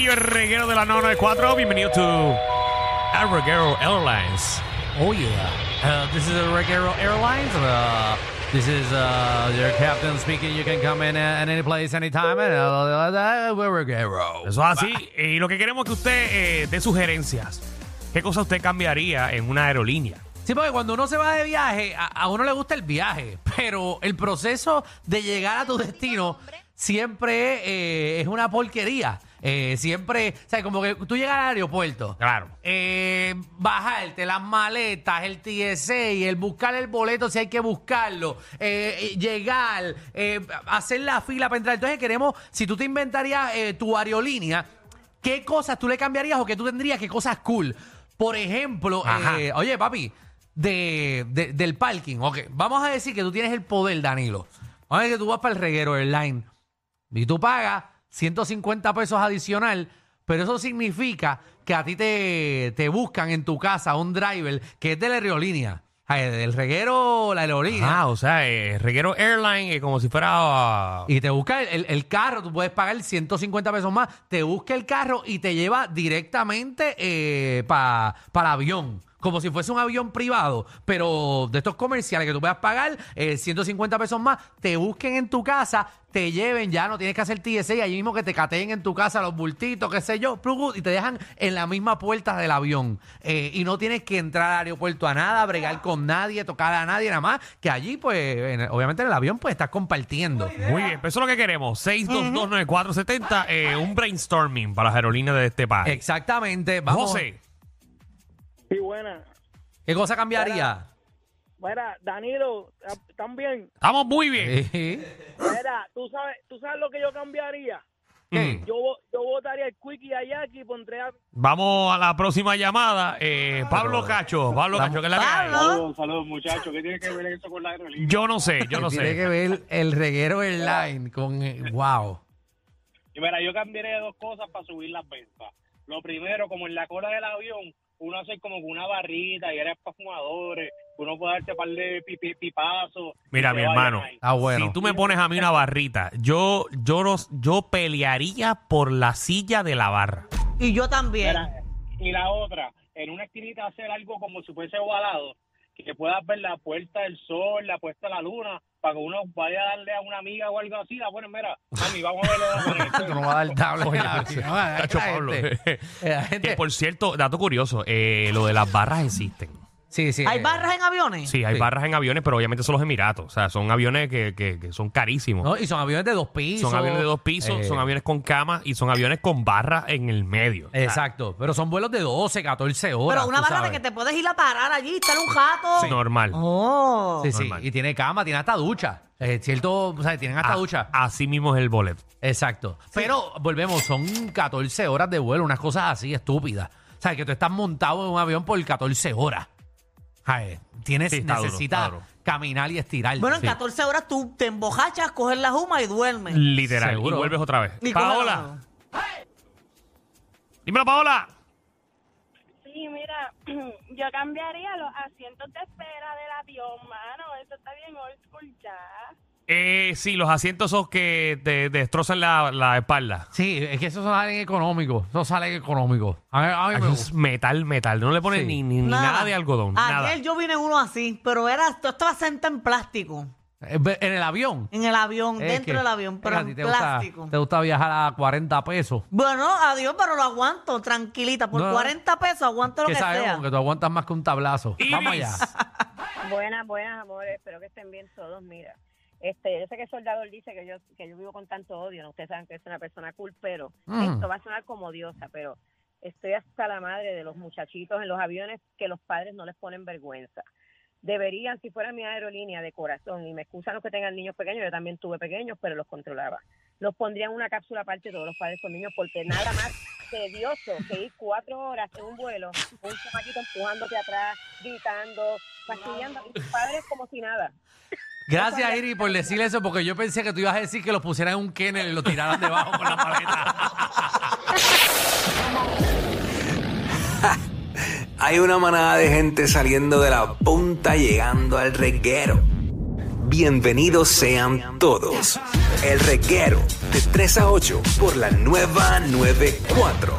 El reguero de la 994, bienvenido a Reguero Airlines. Oh yeah. Uh, this is uh, Regero Airlines. Uh, this is uh, your captain speaking. You can come in uh, at any place, anytime. And, uh, uh, we're Regero. Eso es así. Y lo que queremos es que usted eh, dé sugerencias. ¿Qué cosa usted cambiaría en una aerolínea? Sí, porque cuando uno se va de viaje, a, a uno le gusta el viaje, pero el proceso de llegar a tu destino siempre eh, es una porquería. Eh, siempre, o sea, como que tú llegas al aeropuerto. Claro. eh, bajarte las maletas, el TSA, el buscar el boleto si hay que buscarlo, eh, eh, llegar, eh, hacer la fila para entrar. Entonces queremos, si tú te inventarías eh, tu aerolínea, ¿qué cosas tú le cambiarías o qué tú tendrías? ¿Qué cosas cool? Por ejemplo, Ajá. eh, oye papi, de, de- del parking, ok, vamos a decir que tú tienes el poder, Danilo. Vamos a decir que tú vas para el reguero airline. Y tú pagas 150 pesos adicional, pero eso significa que a ti te, te buscan en tu casa un driver que es de la aerolínea. Ay, Del reguero, la aerolínea. Ah, o sea, eh, Reguero Airlines eh, como si fuera... ah, Y te busca el, el- el carro, tú puedes pagar 150 pesos más, te busca el carro y te lleva directamente para el avión. Como si fuese un avión privado, pero de estos comerciales que tú puedas pagar eh, 150 pesos más, te busquen en tu casa, te lleven, ya no tienes que hacer TSA, allí mismo que te cateen en tu casa los bultitos, qué sé yo, plugu, y te dejan en la misma puerta del avión. Eh, y no tienes que entrar al aeropuerto a nada, bregar con nadie, tocar a nadie, nada más, que allí, pues, en- obviamente en el avión, pues estás compartiendo. muy bien, pues eso es lo que queremos. 6229470, eh, un brainstorming para las aerolíneas de este país. Exactamente. Vamos. José, Sí, buena. ¿Qué cosa cambiaría? Mira, Danilo, eh, también. estamos muy bien. ¿Qué? Mira, ¿tú sabes, ¿tú sabes lo que yo cambiaría? Mm. Yo, vo- yo votaría el Quickie allá y pondré a... Vamos a la próxima llamada. eh, Pablo Cacho, Pablo Cacho, que es la que hay. Saludos, saludos, muchachos. ¿Qué tiene que ver eso con la aerolínea? Yo no sé, yo no Tiene sé. que ver el reguero online con. eh, ¡Wow! Y Mira, yo cambiaría dos cosas para subir las ventas. Lo primero, como en la cola del avión, uno hace como que una barrita y eres para fumadores. Uno puede darte un par de pipi- pipazos. Mira, y te mi vayan hermano. ahí. Ah, bueno. Si tú me pones a mí una barrita, yo, yo, no- yo pelearía por la silla de la barra. Y yo también. Mira, y la otra, en una esquinita hacer algo como si fuese ovalado, que puedas ver la puerta del sol, la puesta de la luna, para que uno vaya a darle a una amiga o algo así, la ponen, mira, mami, vamos a ver. Tú no vas a dar tabla. en el avión. Ay, Cacho la Pablo. gente. Eh, La gente- Que por cierto, dato curioso, eh, lo de las barras existen. Sí, sí. ¿Hay eh, barras en aviones? Sí, hay Sí. barras en aviones, pero obviamente son los Emiratos. O sea, son aviones que, que- que son carísimos. ¿no? Y son aviones de dos pisos. son aviones de dos pisos, Eh, son aviones con camas y son aviones con barras en el medio. Exacto. Pero son vuelos de 12, 14 horas. Pero una tú barra de sabes. que te puedes ir a parar allí, estar un jato. Normal. Oh. Sí, sí. Normal. Ah. Y tiene cama, tiene hasta ducha. Eh, cierto, o sea, tienen hasta A- ducha. Así mismo es el boleto. Exacto. Pero volvemos, son 14 horas de vuelo, unas cosas así estúpidas. O sea, que tú estás montado en un avión por 14 horas. Ay, tienes, Sí, está duro, necesitas está duro. caminar y estirar. Bueno, en Sí. 14 horas tú te embojachas, coges la juma y duermes. Literal. Seguro. Y vuelves otra vez. Y coges la Paola, juma. dímelo, Paola. Sí, mira, yo cambiaría los asientos de espera del avión, mano. Eso está bien old school ya. Eh, sí, los asientos esos que te, te destrozan la, la espalda. Sí, es que eso sale en económico. Eso sale en económico. A mí, a mí me Eso es gusta. metal, metal. No le ponen Sí. ni, ni- ni nada de algodón. Ayer Nada. yo vine en uno así, pero era, tú estabas sentado en plástico. Eh, ve- En el avión. En el avión, Es dentro que- del avión, es pero que a ti en te gusta, plástico. te gusta viajar a 40 pesos. Bueno, adiós, pero lo aguanto, tranquilita. Por No, no. 40 pesos aguanto lo que que sabemos sea. que tú aguantas más que un tablazo. Vamos allá. Iris. Buenas, buenas, amores. Espero que estén bien todos. Mira, este, yo sé que el soldado dice que yo, que yo vivo con tanto odio. ¿no? Ustedes saben que es una persona cool, pero Mm. esto va a sonar como diosa, pero estoy hasta la madre de los muchachitos en los aviones que los padres no les ponen vergüenza. Deberían, si fuera mi aerolínea de corazón, y me excusan los que tengan niños pequeños, yo también tuve pequeños, pero los controlaba. Los pondrían en una cápsula aparte todos los padres con niños, porque nada más tedioso que ir cuatro horas en un vuelo, un chamaquito empujándote atrás, gritando, fastidiando, y tus padres como si nada. Gracias, Iri, por decir eso, porque yo pensé que tú ibas a decir que los pusieran en un kennel y lo tiraran debajo con la maleta. Hay una manada de gente saliendo de la punta llegando al reguero. Bienvenidos sean todos. El reguero de 3 a 8 por la nueva 94.